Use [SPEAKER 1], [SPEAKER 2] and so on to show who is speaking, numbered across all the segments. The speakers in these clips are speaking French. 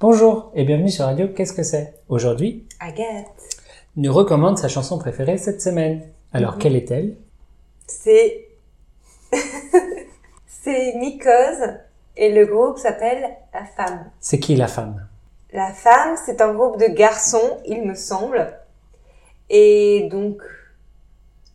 [SPEAKER 1] Bonjour et bienvenue sur Radio Qu'est-ce que c'est Aujourd'hui,
[SPEAKER 2] Agathe,
[SPEAKER 1] nous recommande sa chanson préférée cette semaine.
[SPEAKER 2] Mhm.
[SPEAKER 1] Alors, quelle est-elle
[SPEAKER 2] c'est. c'est Mycose et le groupe s'appelle La Femme.
[SPEAKER 1] C'est qui la femme
[SPEAKER 2] La Femme, c'est un groupe de garçons, il me semble. Et donc,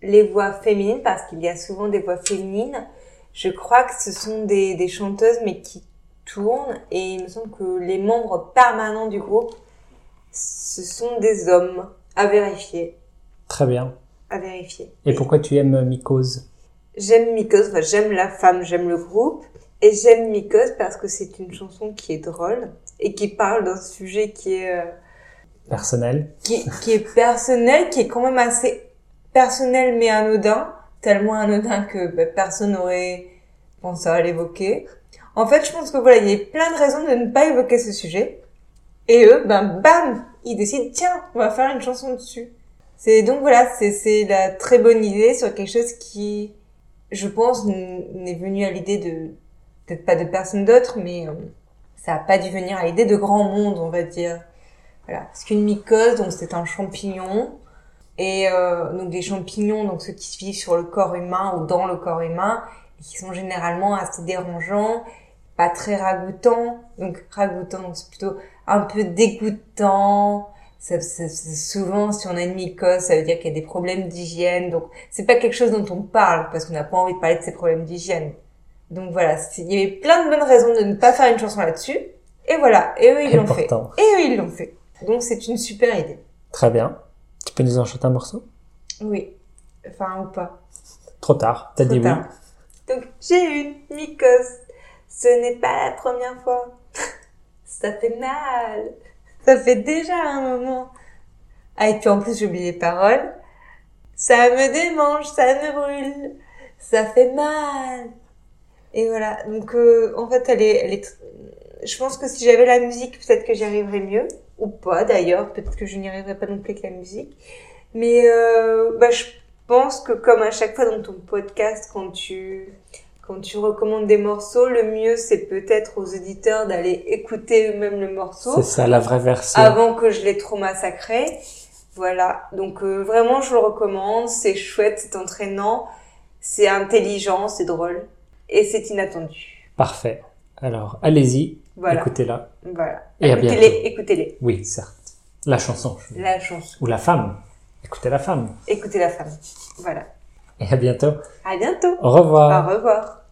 [SPEAKER 2] les voix féminines, parce qu'il y a souvent des voix féminines, je crois que ce sont des, des chanteuses, mais qui tournent. Et il me semble que les membres permanents du groupe, ce sont des hommes. À vérifier.
[SPEAKER 1] Très bien.
[SPEAKER 2] À vérifier.
[SPEAKER 1] Et pourquoi tu aimes euh, Mycose
[SPEAKER 2] J'aime Mycose, enfin, j'aime la femme, j'aime le groupe. Et j'aime Mycose parce que c'est une chanson qui est drôle et qui parle d'un sujet qui est, euh,
[SPEAKER 1] Personnel
[SPEAKER 2] qui, qui est personnel, qui est quand même assez personnel mais anodin. Tellement anodin que bah, personne n'aurait pensé à l'évoquer. En fait, je pense que voilà, il y a plein de raisons de ne pas évoquer ce sujet. Et eux, ben bam, ils décident, tiens, on va faire une chanson dessus. C'est donc voilà, c'est- c'est la très bonne idée sur quelque chose qui, je pense, n- n'est venu à l'idée de, peut-être pas de personne d'autre, mais euh, ça n'a pas dû venir à l'idée de grand monde, on va dire. Voilà, parce qu'une mycose, donc c'est un champignon, et euh, donc les champignons, donc ceux qui vivent sur le corps humain ou dans le corps humain, et qui sont généralement assez dérangeants, pas très ragoûtants, donc ragoûtants, donc c'est plutôt un peu dégoûtant, ça, ça- ça- souvent, si on a une mycose, ça veut dire qu'il y a des problèmes d'hygiène. Donc, c'est pas quelque chose dont on parle parce qu'on n'a pas envie de parler de ces problèmes d'hygiène. Donc voilà, c'est- il y avait plein de bonnes raisons de ne pas faire une chanson là-dessus. Et voilà, et eux ils l'ont fait.
[SPEAKER 1] Important.
[SPEAKER 2] Et eux ils l'ont fait. Donc c'est une super idée.
[SPEAKER 1] Très bien. Tu peux nous en chanter un morceau
[SPEAKER 2] Oui. Enfin, ou pas.
[SPEAKER 1] Trop tard. T'as
[SPEAKER 2] Trop
[SPEAKER 1] dit
[SPEAKER 2] tard. Donc, j'ai une mycose. Ce n'est pas la première fois. Ça fait mal. Ça fait déjà un moment. Ah, et puis en plus, j'oublie les paroles. Ça me démange, ça me brûle. Ça fait mal. Et voilà. Donc, euh, en fait, elle est, elle est tr- Je pense que si j'avais la musique, peut-être que j'y arriverais mieux. Ou pas, d'ailleurs. Peut-être que je n'y arriverais pas non plus avec la musique. Mais, euh, bah, je pense que comme à chaque fois dans ton podcast, quand tu, quand tu recommandes des morceaux, le mieux c'est peut-être aux auditeurs d'aller écouter eux-mêmes le
[SPEAKER 1] oui.
[SPEAKER 2] morceau
[SPEAKER 1] C'est ça la vraie version.
[SPEAKER 2] avant que je l'ai trop massacré. Voilà, donc euh, vraiment je le recommande, c'est chouette, c'est entraînant, c'est intelligent, c'est drôle et c'est inattendu.
[SPEAKER 1] Parfait. Alors, allez-y,
[SPEAKER 2] Voilà,
[SPEAKER 1] écoutez-la.
[SPEAKER 2] voilà.
[SPEAKER 1] Et à
[SPEAKER 2] écoutez-les,
[SPEAKER 1] bientôt.
[SPEAKER 2] écoutez-les.
[SPEAKER 1] Oui, certes. La chanson. je veux dire.
[SPEAKER 2] La chanson,
[SPEAKER 1] Ou la femme. Écoutez la femme.
[SPEAKER 2] écoutez la femme. Voilà.
[SPEAKER 1] Et à bientôt.
[SPEAKER 2] À bientôt.
[SPEAKER 1] Au revoir.
[SPEAKER 2] Au revoir.